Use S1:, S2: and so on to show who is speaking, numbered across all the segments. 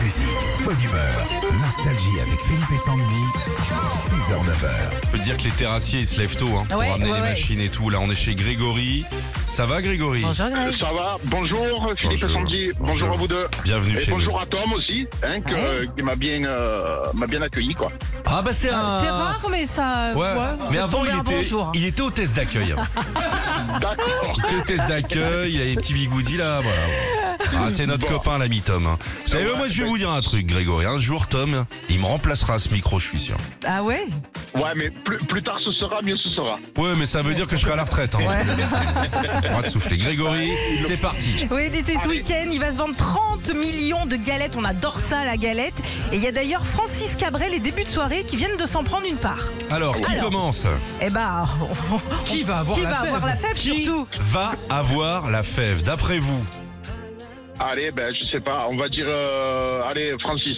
S1: Classique, bonne humeur, nostalgie avec Philippe et Sandy. 6h, 9h.
S2: Je peux te dire que les terrassiers ils se lèvent tôt hein, pour
S3: Ouais,
S2: ramener
S3: ouais,
S2: les
S3: ouais.
S2: machines et tout. Là, on est chez Grégory. Ça va, Grégory
S3: Bonjour Greg.
S4: Ça va Bonjour Philippe
S2: Bonjour.
S4: Bonjour. Sandy, bonjour.
S2: Bonjour.
S4: à vous deux.
S2: Bienvenue
S4: Et
S2: chez
S4: bonjour à Tom aussi, hein, que-
S3: Ouais.
S4: qui m'a bien, euh, m'a bien accueilli. Quoi.
S2: nous. Ah bah c'est un.
S3: C'est rare, mais ça.
S2: Ouais.
S3: ça
S2: Mais avant
S3: tombe
S2: il
S3: un
S2: était,
S3: bonjour.
S2: il était hôtesse d'accueil.
S4: D'accord.
S2: Il était hôtesse d'accueil, il a les petits bigoudis là. voilà. Ah, c'est notre
S4: Bon.
S2: copain l'ami Tom. hein. Vous savez, moi je vais vous dire un truc, Grégory. Un jour, Tom, il me remplacera à ce micro, je suis sûr.
S3: Ah ouais
S4: Ouais, mais plus, plus tard ce sera, mieux ce sera.
S2: Ouais, mais ça veut dire que je serai à la retraite. Hein. On va te souffler. Grégory, c'est parti.
S3: Oui, dès ce week-end, il va se vendre 30 millions de galettes. On adore ça, la galette. Et il y a d'ailleurs Francis Cabrel, les débuts de soirée, qui viennent de s'en prendre une part.
S2: Alors, qui
S3: Alors.
S2: commence
S3: Eh ben, on- on-
S5: Qui va avoir
S3: qui
S5: la
S3: va
S5: fève
S3: avoir la fève
S2: Qui
S3: surtout
S2: va avoir la fève, d'après vous
S4: Allez, ben, je sais pas, on va dire. euh, allez, Francis,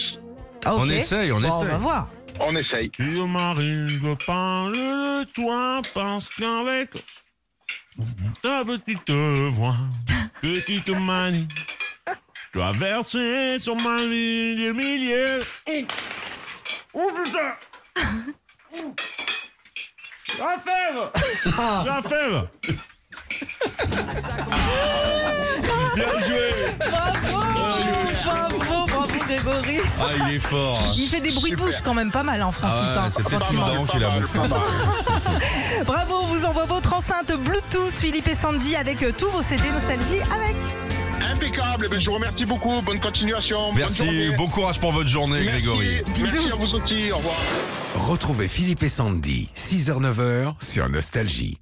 S3: Ah, ok.
S2: On essaye, on
S3: Bon, On
S2: essaye.
S3: va voir.
S4: on essaye.
S6: Tu Marine, je parle de toi parce qu'avec ta petite voix, petite manie, tu as versé sur ma vie des milliers. Oh putain La fève La fève
S2: Bien joué
S3: Bravo, bravo Grégory.
S2: Ah, il est fort
S3: Il fait des bruits de bouche quand même pas mal, hein, Francis.
S2: Ah ouais,
S3: hein,
S2: c'est peut-être
S3: quand
S2: une
S3: il mange.
S2: dent qu'il a bouffée.
S3: Bravo, on vous envoie votre enceinte Bluetooth, Philippe et Sandy, avec euh, tous vos CD Nostalgie avec.
S4: Impeccable, ben, je vous remercie beaucoup, bonne continuation. bonne
S2: Merci,
S4: journée.
S2: bon courage pour votre journée,
S4: Merci,
S2: Grégory.
S4: Merci à vous aussi, au revoir.
S1: Retrouvez Philippe et Sandy, 6h, 9h sur Nostalgie.